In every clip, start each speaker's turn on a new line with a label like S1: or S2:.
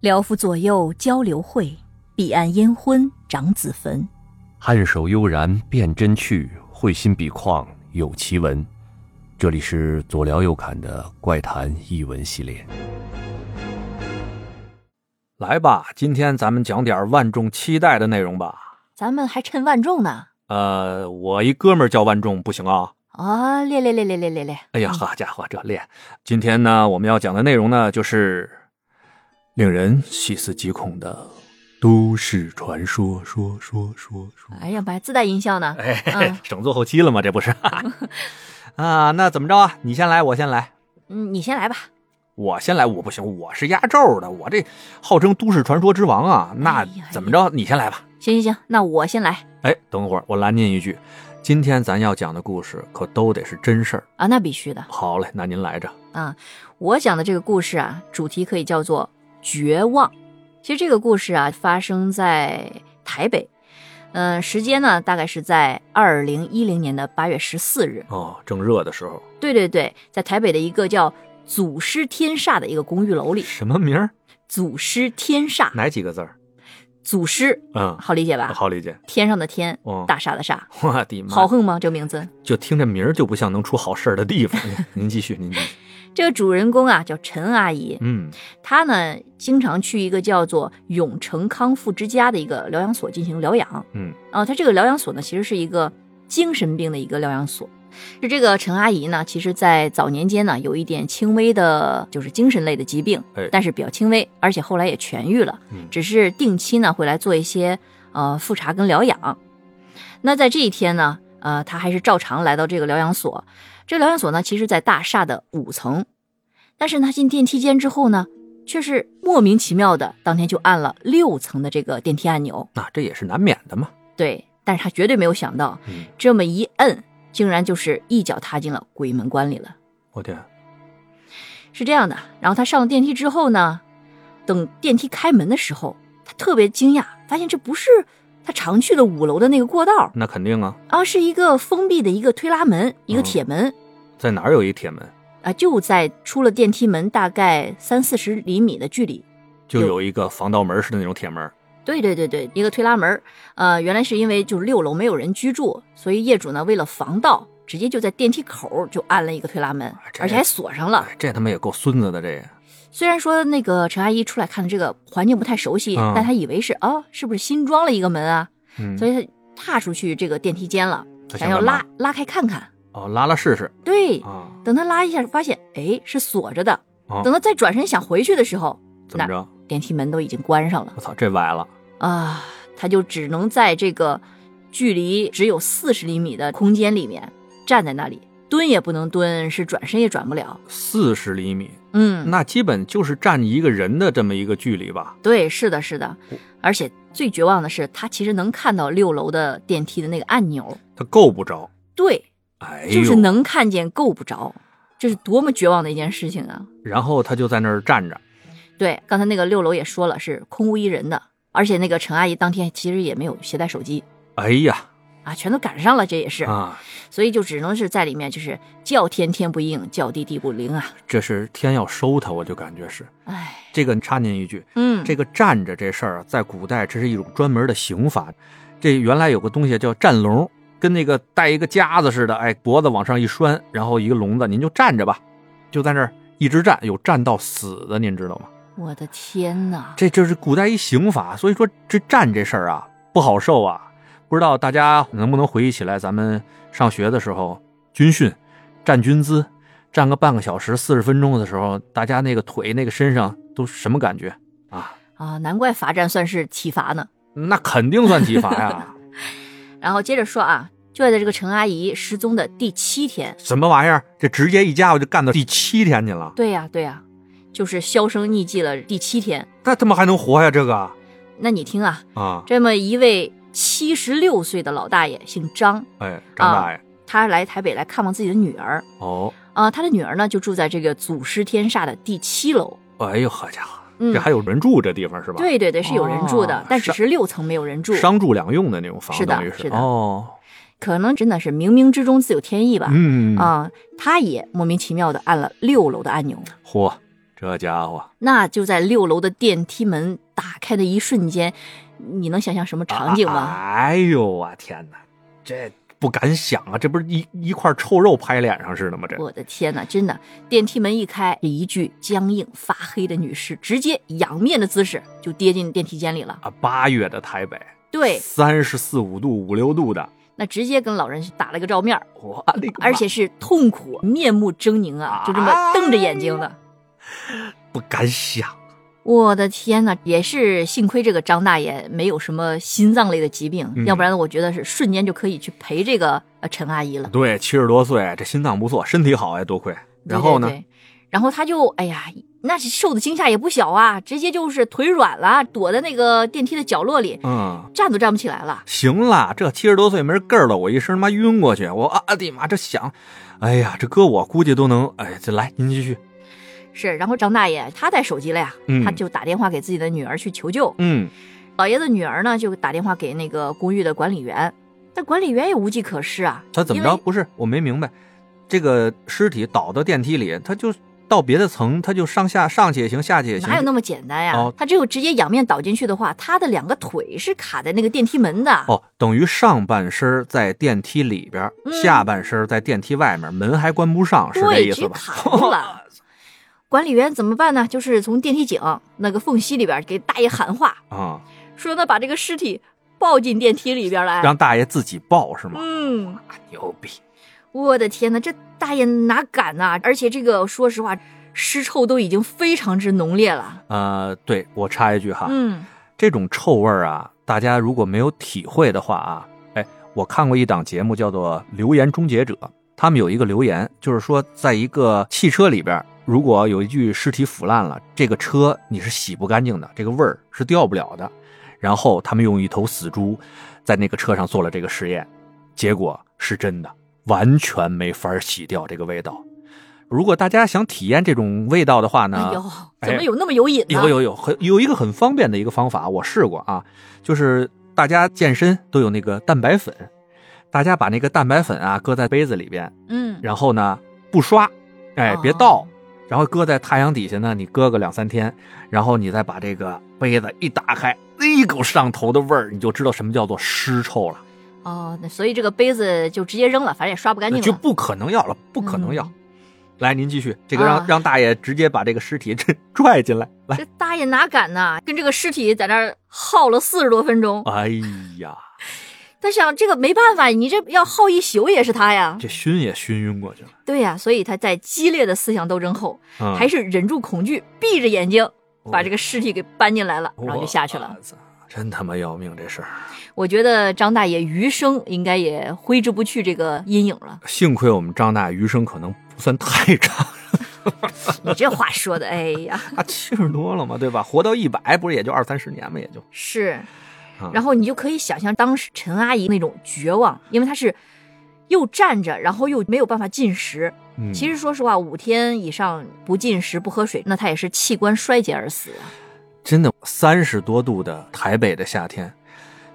S1: 辽府左右交流会，彼岸烟昏长子坟。
S2: 颔首悠然辨真趣，会心笔况有奇文。这里是左聊右侃的怪谈译文系列。
S3: 来吧，今天咱们讲点万众期待的内容吧。
S1: 咱们还趁万众呢
S3: 呃，我一哥们儿叫万众，不行啊！
S1: 啊！练练练练练练练。
S3: 哎呀，好家伙，这练！今天呢，我们要讲的内容呢，就是令人细思极恐的都市传说。说说说说，
S1: 哎呀妈呀，自带音效呢。
S3: 哎，嘿嘿
S1: 嗯
S3: 省做后期了吗？这不是 啊？那怎么着啊？你先来，我先来，
S1: 嗯，你先来吧。
S3: 我先来，我不行，我是压轴的，我这号称都市传说之王啊。
S1: 哎
S3: 那
S1: 呀
S3: 怎么着？你先来吧。
S1: 行行行，那我先来
S3: 哎，等会儿我拦您一句，今天咱要讲的故事可都得是真事儿。
S1: 啊，那必须的
S3: 好嘞，那您来着。
S1: 啊。我讲的这个故事啊，主题可以叫做绝望。其实这个故事啊，发生在台北，嗯、时间呢大概是在二零一零年的八月十四日。
S3: 哦，正热的时候，
S1: 对对对，在台北的一个叫祖师天煞的一个公寓楼里，
S3: 什么名儿？
S1: 祖师天煞，
S3: 哪几个字儿？
S1: 祖师
S3: 嗯，
S1: 好理解吧？
S3: 好理解。
S1: 天上的天，
S3: 哦，
S1: 大厦的厦，
S3: 我的妈！
S1: 好横吗？这个名字。
S3: 就听这名儿就不像能出好事儿的地方。您继续，您继续。
S1: 这个主人公啊叫陈阿姨，
S3: 嗯，
S1: 她呢经常去一个叫做永城康复之家的一个疗养所进行疗养。
S3: 嗯，
S1: 啊，她这个疗养所呢其实是一个精神病的一个疗养所。是这个陈阿姨呢，其实，在早年间呢，有一点轻微的，就是精神类的疾病，
S3: 哎
S1: 但是比较轻微，而且后来也痊愈了，
S3: 嗯
S1: 只是定期呢会来做一些呃复查跟疗养。那在这一天呢，呃，她还是照常来到这个疗养所。这疗养所呢，其实在大厦的五层，但是呢，进电梯间之后呢，却是莫名其妙的，当天就按了六层的这个电梯按钮。
S3: 那、这也是难免的嘛。
S1: 对，但是她绝对没有想到，
S3: 嗯，
S1: 这么一摁，竟然就是一脚踏进了鬼门关里了。
S3: 我天，
S1: 是这样的，然后他上了电梯之后呢，等电梯开门的时候，他特别惊讶，发现这不是他常去的五楼的那个过道，
S3: 那肯定啊，
S1: 而是一个封闭的一个推拉门，一个
S3: 嗯
S1: 铁门、
S3: 在哪儿有一铁门，
S1: 啊，就在出了电梯门大概三四十厘米的距离。
S3: 就
S1: 有
S3: 有一个防盗门似的那种铁门。
S1: 对对对对，一个推拉门，呃，原来是因为就是六楼没有人居住，所以业主呢为了防盗，直接就在电梯口就按了一个推拉门，
S3: 这
S1: 而且还锁上了。
S3: 哎，这他妈也够孙子的，这也。
S1: 虽然说那个陈阿姨出来看这个环境不太熟悉，
S3: 嗯
S1: 但她以为是啊、是不是新装了一个门啊？
S3: 嗯
S1: 所，以她踏出去这个电梯间了，
S3: 他
S1: 想
S3: 想
S1: 要
S3: 干嘛
S1: 拉嗯拉开看看。
S3: 哦，拉拉试试
S1: 对，
S3: 啊。
S1: 等她拉一下，发现哎是锁着的。
S3: 哦
S1: 等她再转身想回去的时候，
S3: 怎么着？
S1: 电梯门都已经关上了
S3: 我操，这歪了。
S1: 啊！她就只能在这个距离只有四十厘米的空间里面站在那里，蹲也不能蹲，是转身也转不了。
S3: 四十厘米，
S1: 嗯，
S3: 那基本就是站一个人的这么一个距离吧。
S1: 对，是的，是的，
S3: 嗯
S1: 而且最绝望的是，他其实能看到六楼的电梯的那个按钮，
S3: 他够不着。
S1: 对，
S3: 哎呦，
S1: 就是能看见，够不着，这是多么绝望的一件事情啊！
S3: 然后他就在那儿站着，
S1: 对，刚才那个六楼也说了，是空无一人的，而且那个陈阿姨当天其实也没有携带手机
S3: 哎呀
S1: 啊，全都赶上了，这也是，
S3: 啊，
S1: 所以就只能是在里面就是叫天天不应，叫地地不灵啊，
S3: 这是天要收他，我就感觉是
S1: 哎，
S3: 这个。插您一句，
S1: 嗯，
S3: 这个站着这事儿啊，在古代这是一种专门的刑罚，这原来有个东西叫站笼，跟那个带一个夹子似的，哎，脖子往上一拴，然后一个笼子，您就站着吧，就在那儿一直站，有站到死的，您知道吗？
S1: 我的天呐，
S3: 这就是古代一刑法，所以说这站这事儿啊不好受啊。不知道大家能不能回忆起来，咱们上学的时候军训站军姿，站个半个小时、四十分钟的时候，大家那个腿那个身上都什么感觉啊？
S1: 啊，难怪罚站算是体罚呢。
S3: 那肯定算体罚呀！
S1: 然后接着说啊，就在这个陈阿姨失踪的第七天，
S3: 什么玩意儿？这直接一家伙就干到第七天去了，
S1: 对呀、对呀、就是销声匿迹了第七天。
S3: 那他妈还能活呀？这个
S1: 那你听啊，
S3: 啊，
S1: 这么一位七十六岁的老大爷，姓张，
S3: 哎，张
S1: 啊
S3: 大爷，
S1: 他来台北来看望自己的女儿
S3: 哦，
S1: 啊、他的女儿呢就住在这个祖师天煞的第七楼。
S3: 哎呦，好家伙，
S1: 嗯
S3: 这还有人住这地方是吧？，
S1: 对对对，是有人住的，
S3: 哦
S1: 但只是六层没有人住，
S3: 商住两用的那种房，
S1: 是的
S3: 等于
S1: 是的
S3: 哦，
S1: 可能真的是冥冥之中自有天意吧。啊
S3: 嗯，
S1: 啊、他也莫名其妙的按了六楼的按钮，
S3: 嚯，这家伙啊
S1: 那就在六楼的电梯门打开的一瞬间，你能想象什么场景吗？
S3: 啊哎呦我天哪，这不敢想啊！这不是一一块臭肉拍脸上似的吗？这
S1: 我的天哪，真的，电梯门一开，这一具僵硬发黑的女尸直接仰面的姿势就跌进电梯间里了。
S3: 啊，八月的台北，
S1: 对，
S3: 三十四五度、五六度的，
S1: 那直接跟老人打了个照面儿，
S3: 我的个妈
S1: 而且是痛苦、面目狰狞啊，就这么瞪着眼睛的。
S3: 不敢想。
S1: 我的天呐，也是幸亏这个张大爷没有什么心脏类的疾病，
S3: 嗯
S1: 要不然我觉得是瞬间就可以去陪这个呃陈阿姨了。
S3: 对，七十多岁，这心脏不错，身体好哎，多亏。然后呢
S1: 对？对对然后他就哎呀，那是受的惊吓也不小啊，直接就是腿软了，躲在那个电梯的角落里，
S3: 嗯，
S1: 站都站不起来了。
S3: 行了，这七十多岁没人跟了我一声，他妈晕过去，我啊的妈，这想，哎呀，这搁我估计都能，哎，这来您继续，
S1: 是，然后张大爷他带手机了呀，
S3: 嗯
S1: 他就打电话给自己的女儿去求救。
S3: 嗯，
S1: 老爷的女儿呢，就打电话给那个公寓的管理员，但管理员也无计可施啊。
S3: 他怎么
S1: 因
S3: 着？
S1: 为？
S3: 不是，我没明白，这个尸体倒到电梯里，他就到别的层，他就上下上去也行，下去也行
S1: 哪有。那么简单呀？
S3: 哦
S1: 他只有直接仰面倒进去的话，他的两个腿是卡在那个电梯门的。
S3: 哦，等于上半身在电梯里边，
S1: 嗯
S3: 下半身在电梯外面，门还关不上，是这
S1: 对，
S3: 意
S1: 直
S3: 思
S1: 接
S3: 吧？
S1: 卡住了。管理员怎么办呢？就是从电梯井那个缝隙里边给大爷喊话，
S3: 啊、
S1: 说呢把这个尸体抱进电梯里边来。
S3: 让大爷自己抱是吗？
S1: 嗯，
S3: 牛逼！
S1: 我的天呐，这大爷哪敢呐、而且这个说实话，尸臭都已经非常之浓烈了。
S3: 呃，对我插一句哈，
S1: 嗯，
S3: 这种臭味儿啊，大家如果没有体会的话啊，哎，我看过一档节目叫做《留言终结者》，他们有一个留言，就是说，在一个汽车里边，如果有一具尸体腐烂了，这个车你是洗不干净的，这个味儿是掉不了的。然后他们用一头死猪，在那个车上做了这个实验，结果是真的，完全没法洗掉这个味道。如果大家想体验这种味道的话呢，
S1: 哎呦，怎么
S3: 哎
S1: 有那么有瘾呢？
S3: 有有有，很有一个很方便的一个方法，我试过啊，就是大家健身都有那个蛋白粉，大家把那个蛋白粉啊搁在杯子里边，
S1: 嗯，
S3: 然后呢不刷，哎
S1: 哦
S3: 别倒，然后搁在太阳底下呢，你搁个两三天，然后你再把这个杯子一打开，哎一股上头的味儿，你就知道什么叫做尸臭了，
S1: 哦，那所以这个杯子就直接扔了，反正也刷不干净了，
S3: 就不可能要了，不可能要。
S1: 嗯
S3: 来，您继续，这个让、
S1: 啊
S3: 让大爷直接把这个尸体 拽进来，来，
S1: 这大爷哪敢呐？跟这个尸体在那儿耗了四十多分钟。
S3: 哎呀，
S1: 他想这个没办法，你这要耗一宿也是他呀。
S3: 这熏也熏晕过去了。
S1: 对呀、所以他在激烈的思想斗争后，
S3: 嗯
S1: 还是忍住恐惧，闭着眼睛
S3: 哦
S1: 把这个尸体给搬进来了，然后就下去了。
S3: 我操。啊真他妈要命这事儿！。
S1: 我觉得张大爷余生应该也挥之不去这个阴影了
S3: 幸亏我们张大余生可能不算太差，
S1: 你这话说的，哎 呀，
S3: 啊，七十多了嘛，对吧？活到一百不是也就二三十年嘛，也就。
S1: 是
S3: 嗯。
S1: 然后你就可以想象当时陈阿姨那种绝望，因为她是又站着，然后又没有办法进食。
S3: 嗯
S1: 其实说实话，五天以上不进食、不喝水，那她也是器官衰竭而死啊。
S3: 真的三十多度的台北的夏天，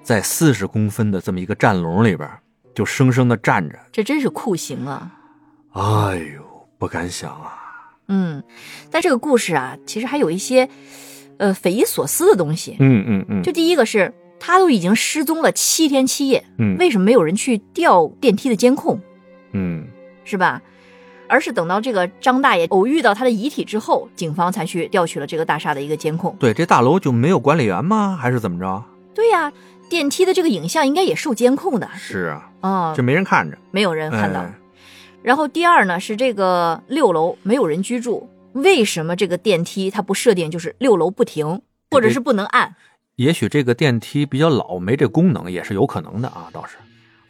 S3: 在四十公分的这么一个站笼里边，就生生的站着，
S1: 这真是酷刑啊！
S3: 哎呦，不敢想啊！
S1: 嗯，但这个故事啊，其实还有一些呃匪夷所思的东西。
S3: 嗯嗯嗯，
S1: 就第一个是，他都已经失踪了七天七夜，
S3: 嗯
S1: 为什么没有人去调电梯的监控，
S3: 嗯
S1: 是吧？而是等到这个张大爷偶遇到他的遗体之后，警方才去调取了这个大厦的一个监控。
S3: 对，这大楼就没有管理员吗？还是怎么着？
S1: 对呀、电梯的这个影像应该也受监控的
S3: 是啊，
S1: 哦
S3: 就，没人看着，
S1: 没有人看到。
S3: 哎
S1: 然后第二呢是这个六楼没有人居住，为什么这个电梯它不设定就是六楼不停，或者是不能按，
S3: 也许这个电梯比较老，没这功能也是有可能的啊，倒是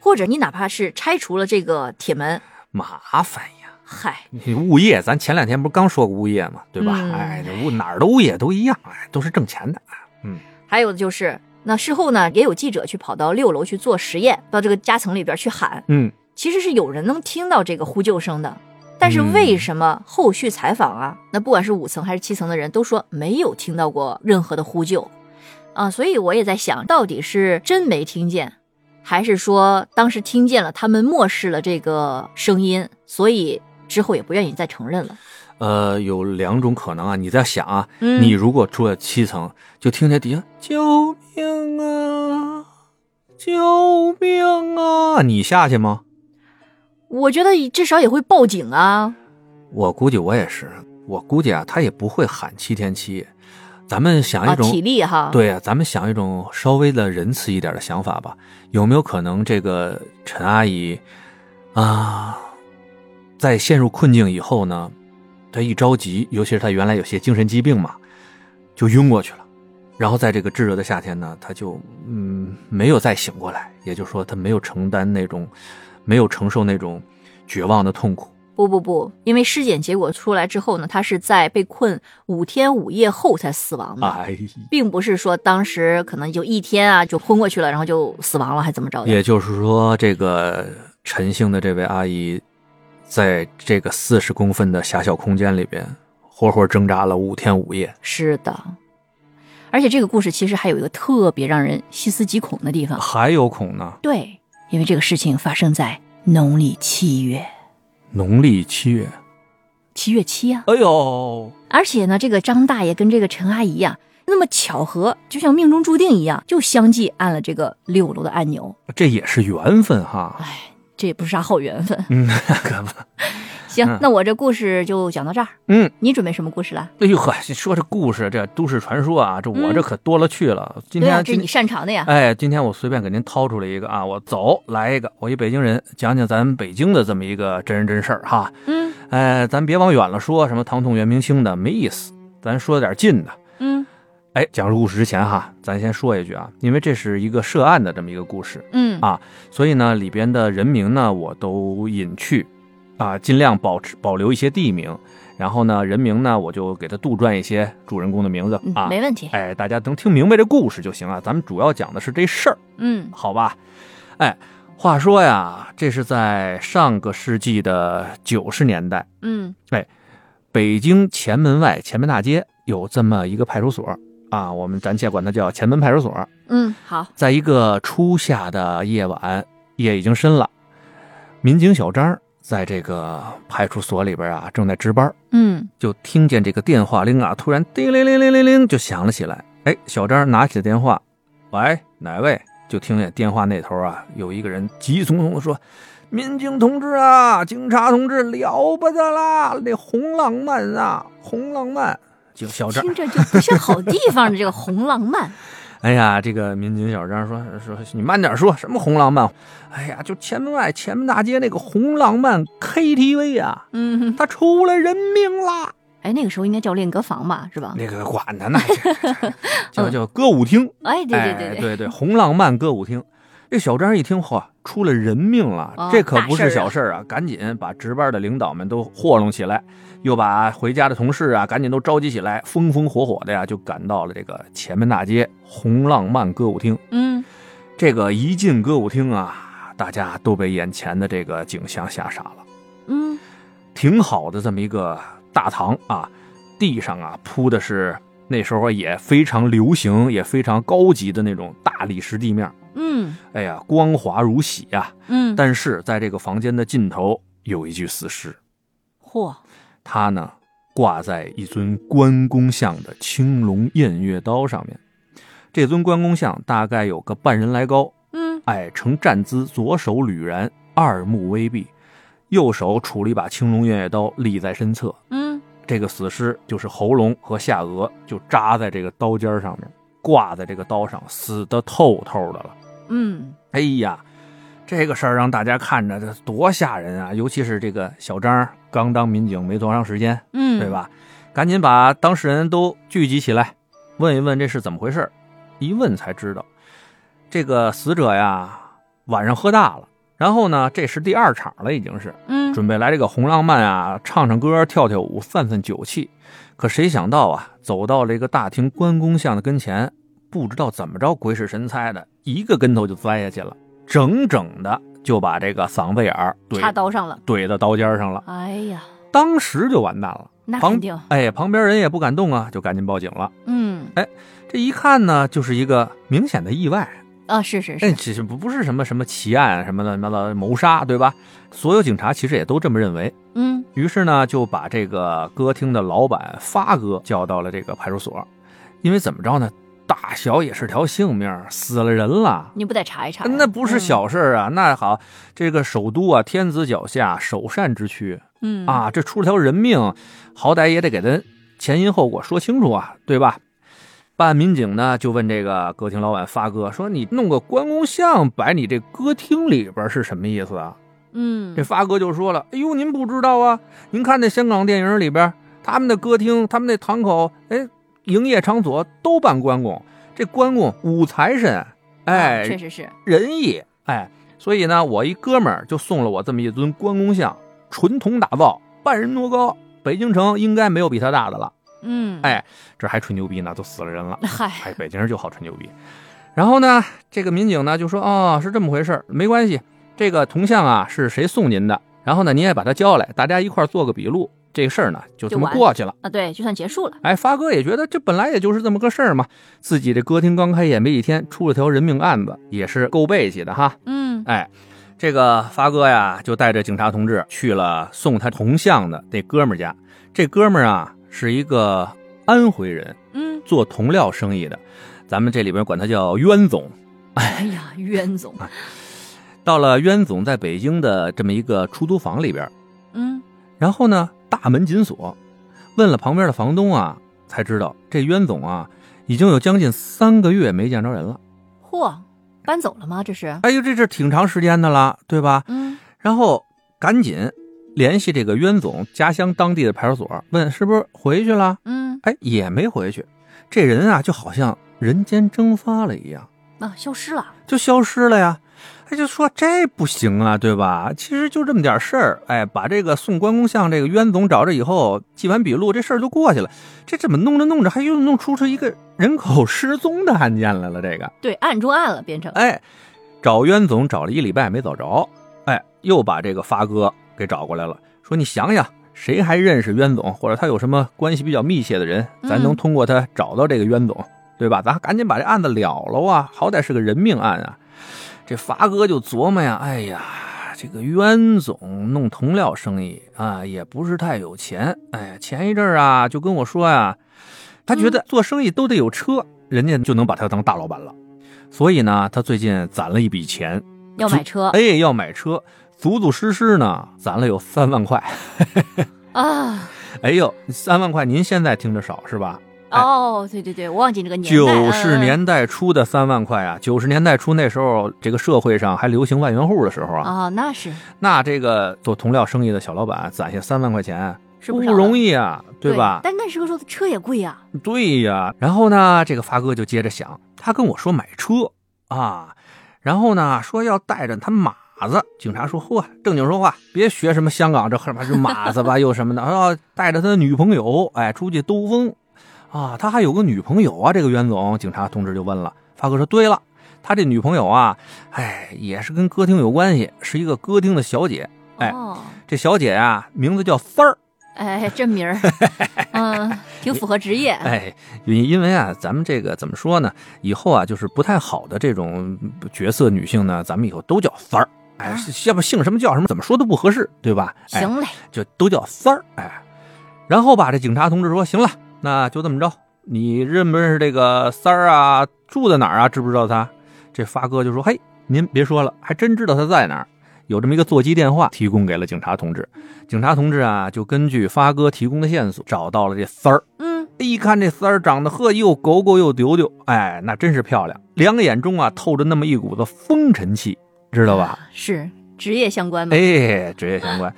S1: 或者你哪怕是拆除了这个铁门，
S3: 麻烦呀。
S1: 嗨，
S3: 你物业，咱前两天不是刚说过物业嘛，对吧？
S1: 嗯
S3: 哎，这物哪儿的物业都一样，哎，都是挣钱的。
S1: 还有的就是，那事后呢，也有记者去跑到六楼去做实验，到这个夹层里边去喊，
S3: 嗯，
S1: 其实是有人能听到这个呼救声的。但
S3: 嗯
S1: 是为什么后续采访啊，那不管是五层还是七层的人都说没有听到过任何的呼救，啊，所以我也在想，到底是真没听见，还是说当时听见了，他们漠视了这个声音，所以之后也不愿意再承认了。
S3: 呃，有两种可能啊。你在想啊，
S1: 嗯
S3: 你如果住在七层，就听见底下救命啊，救命啊！你下去吗？
S1: 我觉得至少也会报警啊。
S3: 我估计我也是，我估计啊，他也不会喊七天七夜。咱们想一
S1: 啊，
S3: 种、
S1: 体力哈，，
S3: 对呀、咱们想一种稍微的仁慈一点的想法吧，有没有可能这个陈阿姨啊，在陷入困境以后呢，她一着急，尤其是她原来有些精神疾病嘛，就晕过去了。然后在这个炙热的夏天呢，她就嗯没有再醒过来，也就是说她没有承担那种，没有承受那种绝望的痛苦。
S1: 不不不，因为尸检结果出来之后呢，他是在被困五天五夜后才死亡的，
S3: 哎，
S1: 并不是说当时可能就一天啊就昏过去了，然后就死亡了，还怎么着的？
S3: 也就是说，这个陈姓的这位阿姨，在这个四十公分的狭小空间里边，活活挣扎了五天五夜。
S1: 是的，而且这个故事其实还有一个特别让人细思极恐的地方，
S3: 还有恐呢，
S1: 对，因为这个事情发生在农历七月，
S3: 农历七月。
S1: 七月七啊。
S3: 哎呦，
S1: 而且呢，这个张大爷跟这个陈阿姨呀、那么巧合，就像命中注定一样，就相继按了这个六楼的按钮。
S3: 这也是缘分哈。
S1: 哎，这也不是啥好缘分。
S3: 嗯，那个吧，
S1: 行，
S3: 嗯
S1: 那我这故事就讲到这儿。
S3: 嗯，
S1: 你准备什么故事啦？
S3: 哎呦呵，说这故事，这都市传说啊，这我
S1: 嗯
S3: 这可多了去了。今
S1: 对
S3: 天、
S1: 啊，这
S3: 今
S1: 是你擅长的呀。
S3: 哎，今天我随便给您掏出了一个啊，我走来一个，我一北京人，讲讲咱们北京的这么一个真人真事儿哈。
S1: 嗯
S3: 哎，咱别往远了说，什么唐宋元明清的没意思，咱说点近的。
S1: 嗯
S3: 哎，讲述故事之前哈，咱先说一句啊，因为这是一个涉案的这么一个故事，
S1: 嗯
S3: 啊所以呢，里边的人名呢我都隐去，啊，尽量保持保留一些地名，然后呢，人名呢我就给他杜撰一些主人公的名字
S1: 嗯
S3: 啊。
S1: 没问题。
S3: 哎，大家能听明白这故事就行啊，咱们主要讲的是这事儿。
S1: 嗯
S3: 好吧？哎，话说呀，这是在上个世纪的九十年代，
S1: 嗯
S3: 北京前门外前门大街有这么一个派出所啊，我们暂且管它叫前门派出所。
S1: 嗯，好。
S3: 在一个初夏的夜晚，夜已经深了，民警小张在这个派出所里边啊，正在值班。
S1: 嗯
S3: 就听见这个电话铃啊，突然叮铃铃铃铃铃就响了起来。哎，小张拿起了电话，喂，哪位？就听见电话那头啊，有一个人急匆匆的说：“民警同志啊，警察同志，了不得啦！那红浪漫啊，红浪漫。”就小张，
S1: 听着就不像好地方的这个红浪 漫。
S3: 哎呀，这个民警小张说说你慢点说，什么红浪漫？哎呀，就前门外前门大街那个红浪漫 KTV 啊，
S1: 嗯，
S3: 他出了人命啦！
S1: 哎，那个时候应该叫练歌房吧，是吧？
S3: 那个管 他呢，叫叫歌舞厅，
S1: 哎，对对
S3: 哎
S1: 对对，
S3: 对对，红浪漫歌舞厅。这小张一听，嚯，出了人命了，
S1: 哦
S3: 这可不是小
S1: 大
S3: 事儿啊！赶紧把值班的领导们都霍弄起来，又把回家的同事啊，赶紧都召集起来，风风火火的呀，就赶到了这个前门大街红浪漫歌舞厅。
S1: 嗯
S3: 这个一进歌舞厅啊，大家都被眼前的这个景象吓傻了。
S1: 嗯
S3: 挺好的这么一个大堂啊，地上啊铺的是那时候也非常流行、也非常高级的那种大理石地面，
S1: 嗯
S3: 哎呀，光滑如洗呀、
S1: 嗯，
S3: 但是在这个房间的尽头有一具死尸，
S1: 嚯，
S3: 它呢挂在一尊关公像的青龙偃月刀上面。这尊关公像大概有个半人来高，
S1: 嗯
S3: 哎，呈站姿，左手捋然，二目微闭，右手杵了一把青龙偃月刀，立在身侧。
S1: 嗯
S3: 这个死尸就是喉咙和下颚就扎在这个刀尖上面，挂在这个刀上，死的透透的了。
S1: 嗯
S3: 哎呀，这个事儿让大家看着这多吓人啊！尤其是这个小张刚当民警没多长时间，
S1: 嗯，
S3: 对？吧？赶紧把当事人都聚集起来，问一问这是怎么回事儿。一问才知道，这个死者呀晚上喝大了，然后呢，这是第二场了，已经是。
S1: 嗯，
S3: 准备来这个红浪漫啊，唱唱歌，跳跳舞，散散酒气。可谁想到啊，走到这个大厅关公像的跟前，不知道怎么着，鬼使神差的一个跟头就栽下去了，整整的就把这个嗓子眼儿
S1: 插
S3: 怼
S1: 刀上了。
S3: 怼到刀尖上了，
S1: 哎呀，
S3: 当时就完蛋了。
S1: 那
S3: 旁
S1: 肯定，
S3: 哎，旁边人也不敢动啊，就赶紧报警了。
S1: 嗯
S3: 这一看呢，就是一个明显的意外，
S1: 啊，是是
S3: 那
S1: 是，
S3: 其实不不是什么什么奇案啊什么的，什么的谋杀，对吧？所有警察其实也都这么认为。
S1: 嗯
S3: 于是呢，就把这个歌厅的老板发哥叫到了这个派出所，因为怎么着呢，大小也是条性命，死了人了。
S1: 你不得查一查？
S3: 那不是小事儿啊！那好，这个首都啊，天子脚下，首善之区
S1: 嗯，
S3: 啊，这出了条人命，好歹也得给他前因后果说清楚啊，对吧？办案民警呢就问这个歌厅老板发哥说：“你弄个关公像摆你这歌厅里边是什么意思啊？”
S1: 嗯
S3: 这
S1: 嗯，
S3: 发哥就说了：“哎呦，您不知道啊，您看那香港电影里边，他们的歌厅、他们那堂口，哎，营业场所都办关公，这关公五财神，
S1: 啊
S3: 哎，
S1: 确实是，
S3: 仁义，哎，所以呢，我一哥们儿就送了我这么一尊关公像，纯铜打造，半人多高，北京城应该没有比他大的了。
S1: 嗯，
S3: 哎这还吹牛逼呢，都死了人了。”
S1: 嗨，
S3: 哎，北京人就好吹牛逼。然后呢，这个民警呢就说：“哦，是这么回事儿，没关系。这个铜像啊是谁送您的？然后呢，您也把它交来，大家一块儿做个笔录。这个事儿呢就这么
S1: 就完
S3: 过去了。
S1: 啊，对，就算结束了，
S3: 哎，发哥也觉得这本来也就是这么个事儿嘛。自己这歌厅刚开业没几天，出了条人命案子，也是够背气的哈。
S1: 嗯
S3: 哎，这个发哥呀就带着警察同志去了送他铜像的那哥们儿家。这哥们儿啊是一个安徽人，
S1: 嗯，
S3: 做铜料生意的，咱们这里边管他叫冤总。
S1: 哎呀，冤总，
S3: 到了冤总在北京的这么一个出租房里边，
S1: 嗯
S3: 然后呢，大门紧锁，问了旁边的房东啊，才知道这冤总啊已经有将近三个月没见着人了。
S1: 嚯，搬走了吗？这是，
S3: 哎呦，这这挺长时间的了，对吧？
S1: 嗯
S3: 然后赶紧联系这个冤总家乡当地的派出所，问是不是回去了？
S1: 嗯，
S3: 哎，也没回去。这人啊，就好像人间蒸发了一样。
S1: 啊，消失了，
S3: 就消失了呀。他就说这不行啊，对吧？其实就这么点事儿，哎，把这个送关公像这个冤总找着以后，记完笔录，这事儿就过去了。这怎么弄着弄着，还又弄出出一个人口失踪的案件来了？这个，
S1: 对，案中案了，变成，
S3: 哎，找冤总找了一礼拜没找着，哎，又把这个发哥给找过来了，说你想想，谁还认识冤总，或者他有什么关系比较密切的人，咱能
S1: 嗯
S3: 通过他找到这个冤总，对吧？咱赶紧把这案子了了啊，好歹是个人命案啊。这发哥就琢磨呀，哎呀。这个冤总弄铜料生意啊，也不是太有钱。哎呀，前一阵儿啊，就跟我说呀、他觉得
S1: 嗯
S3: 做生意都得有车，人家就能把他当大老板了。所以呢，他最近攒了一笔钱，
S1: 要买车
S3: 哎，要买车，足足实实呢攒了有三万块。
S1: 啊，
S3: 哎呦，三万块，您现在听着少是吧？哎
S1: 哦，对对对，我忘记这个年代，
S3: 九十
S1: 嗯，
S3: 年代初的三万块啊，九十年代初那时候，这个社会上还流行万元户的时候
S1: 嗯
S3: 啊，
S1: 啊，那是
S3: 那这个做铜料生意的小老板攒下三万块钱。
S1: 是
S3: 不
S1: 不少的
S3: 容易啊，对吧？
S1: 但那时候说的车也贵呀，
S3: 对呀，然后呢，这个发哥就接着想，他跟我说买车啊，然后呢说要带着他马子。警察说：“嚯，正经说话，别学什么香港这什么是马 子吧，又什么的，啊，带着他的女朋友，哎，出去兜风啊。他还有个女朋友啊，这个袁总。”警察同志就问了，发哥说：“对了，他这女朋友啊，哎，也是跟歌厅有关系，是一个歌厅的小姐。哎
S1: 哦，
S3: 这小姐啊，名字叫三儿。”
S1: 哎，这名 儿，嗯，挺符合职业，
S3: 哎，因因为啊，咱们这个怎么说呢？以后啊，就是不太好的这种角色女性呢，咱们以后都叫三儿。哎
S1: 啊，
S3: 是要不姓什么叫什么，怎么说都不合适，对吧？哎，
S1: 行嘞，
S3: 就都叫三儿。哎，然后吧，这警察同志说，行了，那就这么着。你认不认识这个三儿啊？住在哪儿啊？知不知道他？这发哥就说，嘿，您别说了，还真知道他在哪儿。有这么一个座机电话提供给了警察同志，警察同志啊，就根据发哥提供的线索找到了这三儿。
S1: 嗯，
S3: 一看这三儿长得呵，又狗狗又丢丢，哎，那真是漂亮。两眼中啊透着那么一股子风尘气，知道吧？
S1: 是职业相关嘛，
S3: 哎，职业相关。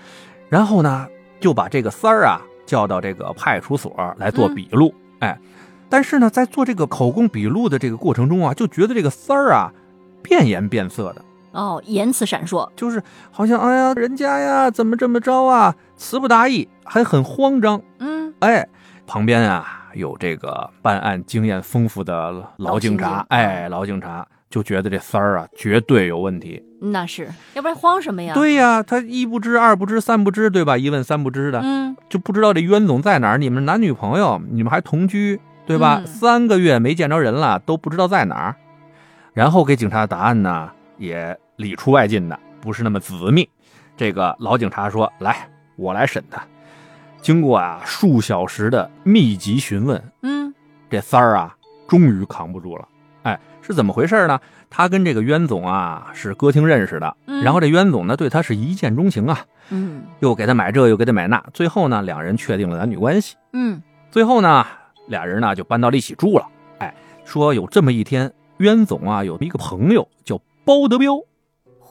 S3: 然后呢，就把这个三儿啊叫到这个派出所来做笔录。哎，但是呢，在做这个口供笔录的这个过程中啊，就觉得这个三儿啊变颜变色的，
S1: 哦，言辞闪烁，
S3: 就是好像哎呀，人家呀怎么这么着啊，词不达意，还很慌张。
S1: 嗯，
S3: 哎，旁边啊有这个办案经验丰富的老警察，
S1: 老刑警
S3: 哎，老警察就觉得这三儿啊绝对有问题。
S1: 那是，要不然慌什么呀？，
S3: 对呀、他一不知二不知三不知，对吧？一问三不知的，
S1: 嗯，
S3: 就不知道这冤总在哪儿。你们男女朋友，你们还同居，对吧？
S1: 嗯
S3: 三个月没见着人了，都不知道在哪儿。然后给警察的答案呢也里出外进的，不是那么缜密。这个老警察说：“来，我来审他。”经过啊数小时的密集询问，
S1: 嗯
S3: 这三儿啊，终于扛不住了。哎，是怎么回事呢？他跟这个冤总啊是歌厅认识的，
S1: 嗯
S3: 然后这冤总呢对他是一见钟情啊，
S1: 嗯
S3: 又给他买这，又给他买那，最后呢两人确定了男女关系。
S1: 嗯
S3: 最后呢，俩人呢就搬到了一起住了。哎，说有这么一天，冤总啊有一个朋友叫包德彪，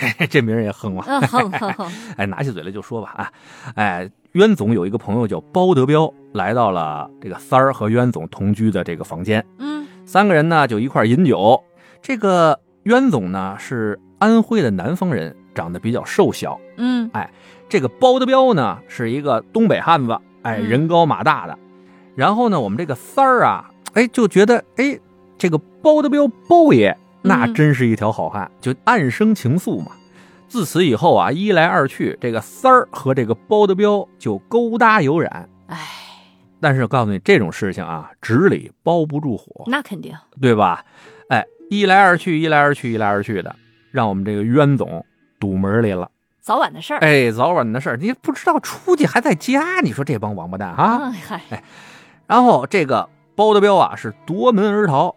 S3: 哎
S1: 嚯，
S3: 这名儿也横了。
S1: 嗯哼哼哼，
S3: 哎，拿起嘴来就说吧啊，哎，冤总有一个朋友叫包德彪，来到了这个三儿和冤总同居的这个房间。
S1: 嗯
S3: 三个人呢就一块儿饮酒。这个冤总呢是安徽的南方人，长得比较瘦小。
S1: 嗯
S3: 这个包德彪呢是一个东北汉子，哎，
S1: 嗯
S3: 人高马大的。然后呢，我们这个三儿啊，哎，就觉得哎，这个包德彪包爷那
S1: 嗯
S3: 真是一条好汉，就暗生情愫嘛。自此以后啊，一来二去，这个三儿和这个包德彪就勾搭有染。
S1: 哎，
S3: 但是告诉你，这种事情啊，纸里包不住火。
S1: 那肯定，
S3: 对吧？哎，一来二去，一来二去，一来二去的，让我们这个冤总堵门里了。
S1: 早晚的事儿。
S3: 哎，早晚的事儿，你也不知道出去还在家，你说这帮王八蛋啊！
S1: 嗯嗨，
S3: 然后这个包德彪啊是夺门而逃。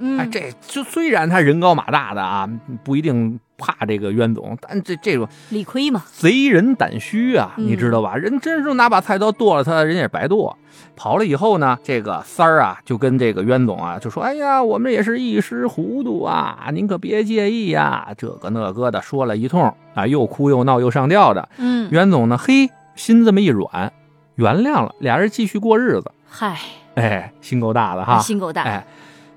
S3: 哎，
S1: 嗯，
S3: 这就虽然他人高马大的啊，不一定怕这个冤总，但这这种
S1: 理亏嘛，
S3: 贼人胆虚啊，
S1: 嗯
S3: 你知道吧？人真是拿把菜刀剁了他，人也白剁。跑了以后呢，这个三儿啊就跟这个冤总啊就说：“哎呀，我们也是一时糊涂啊，您可别介意呀、这个那个的说了一通啊，又哭又闹又上吊的。
S1: 嗯，
S3: 冤总呢，嘿，心这么一软，原谅了，俩人继续过日子。
S1: 嗨，
S3: 哎，心够大的哈。
S1: 心够大，
S3: 哎，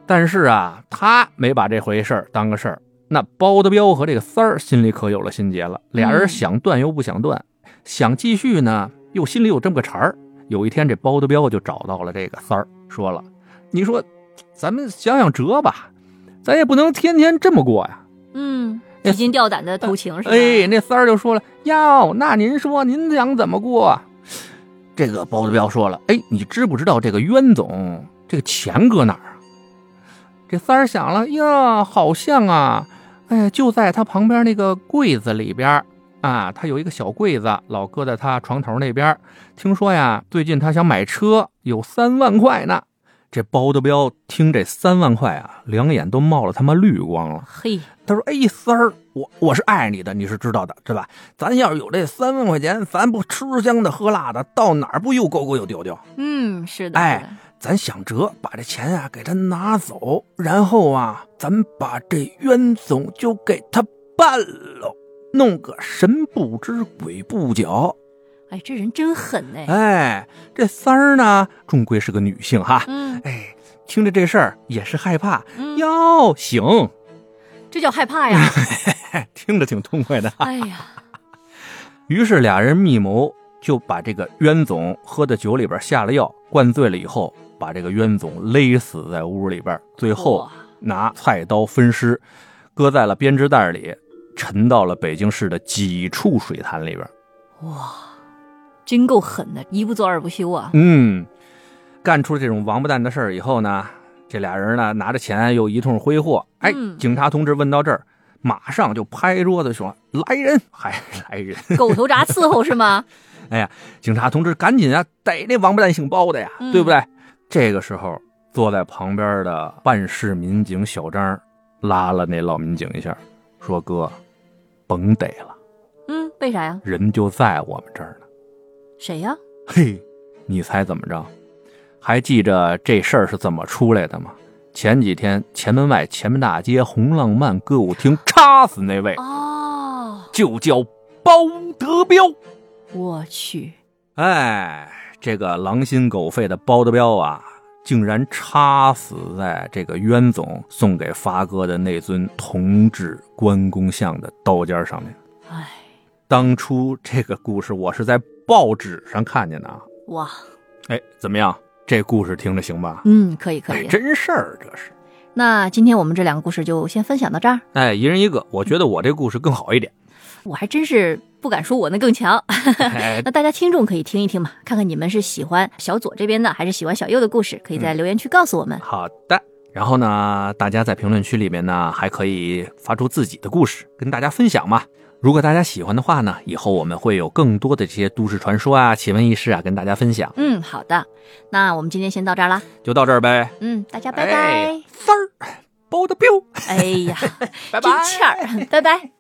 S3: 但是啊，他没把这回事儿当个事儿。那包德彪和这个三儿心里可有了心结了，俩人
S1: 嗯
S3: 想断又不想断，想继续呢又心里有这么个茬儿。有一天，这包德彪就找到了这个三儿，说了：“你说，咱们想想辙吧，咱也不能天天这么过呀。
S1: 嗯，提心吊胆的偷情是”吧？
S3: 哎，那三儿就说了：“哟，那您说您想怎么过啊？”这个包德彪说了：“哎，你知不知道这个冤总这个钱搁哪儿啊？”这三儿想了：“呀，好像啊，哎，就在他旁边那个柜子里边儿啊，他有一个小柜子，老搁在他床头那边儿。听说呀，最近他想买车，有三万块呢。”这包德彪听这三万块啊，两眼都冒了他妈绿光了。
S1: 嘿，
S3: 他说：“哎，三儿，我我是爱你的，你是知道的，对吧？咱要是有这三万块钱，咱不吃香的喝辣的，到哪儿不又勾勾又丢丢？
S1: 嗯，是的，
S3: 哎
S1: 是的，
S3: 咱想辙把这钱啊给他拿走，然后啊，咱把这冤总就给他办喽，弄个神不知鬼不觉。
S1: 哎，这人真狠哎，
S3: 哎，这三儿呢，终归是个女性哈，
S1: 嗯
S3: 哎，听着这事儿也是害怕
S1: 嗯，
S3: 哟，行，
S1: 这叫害怕 呀，
S3: 哎，听着挺痛快的。”
S1: 哎呀，
S3: 于是俩人密谋，就把这个冤总喝的酒里边下了药，灌醉了以后，把这个冤总勒死在屋里边，最后
S1: 哇
S3: 拿菜刀分尸，搁在了编织袋里，沉到了北京市的几处水潭里边。
S1: 哇，真够狠的，一不做二不休啊，
S3: 嗯，干出了这种王八蛋的事儿以后呢，这俩人呢拿着钱又一通挥霍。哎，
S1: 嗯
S3: 警察同志问到这儿，马上就拍桌子说：“来人，还来人！”
S1: 狗头铡伺候是吗？
S3: 警察同志，赶紧啊，逮那王八蛋姓包的呀，
S1: 嗯
S3: 对不对？这个时候，坐在旁边的办事民警小张拉了那老民警一下，说：“哥，甭逮了，
S1: 嗯，为啥呀？
S3: 人就在我们这儿呢。
S1: 谁呀？”
S3: 嘿，你猜怎么着？还记着这事儿是怎么出来的吗？前几天前门外前门大街红浪漫歌舞厅插死那位，
S1: 哦，
S3: 就叫包德彪。
S1: 我去，
S3: 哎，这个狼心狗肺的包德彪啊，竟然插死在这个冤总送给发哥的那尊铜制关公像的刀尖上面。
S1: 哎，
S3: 当初这个故事我是在报纸上看见的啊。
S1: 哇，
S3: 哎，怎么样？这故事听着行吧？
S1: 嗯，可以可
S3: 哎，
S1: 以。
S3: 真事儿这是。
S1: 那今天我们这两个故事就先分享到这儿，
S3: 哎，一人一个，我觉得我这故事更好 一点。
S1: 我还真是不敢说我那更强。
S3: 哎，
S1: 那大家听众可以听一听嘛，看看你们是喜欢小左这边的，还是喜欢小右的故事，可以在留言区告诉我们。
S3: 好的，然后呢，大家在评论区里面呢，还可以发出自己的故事，跟大家分享嘛。如果大家喜欢的话呢，以后我们会有更多的这些都市传说啊、奇闻异事啊，跟大家分享。
S1: 嗯，好的，那我们今天先到这儿啦。
S3: 就到这儿呗，
S1: 嗯，大家拜
S3: 哎
S1: 拜。
S3: 分儿，包的彪，
S1: 哎呀，
S3: 拜拜
S1: 真。欠儿，拜拜。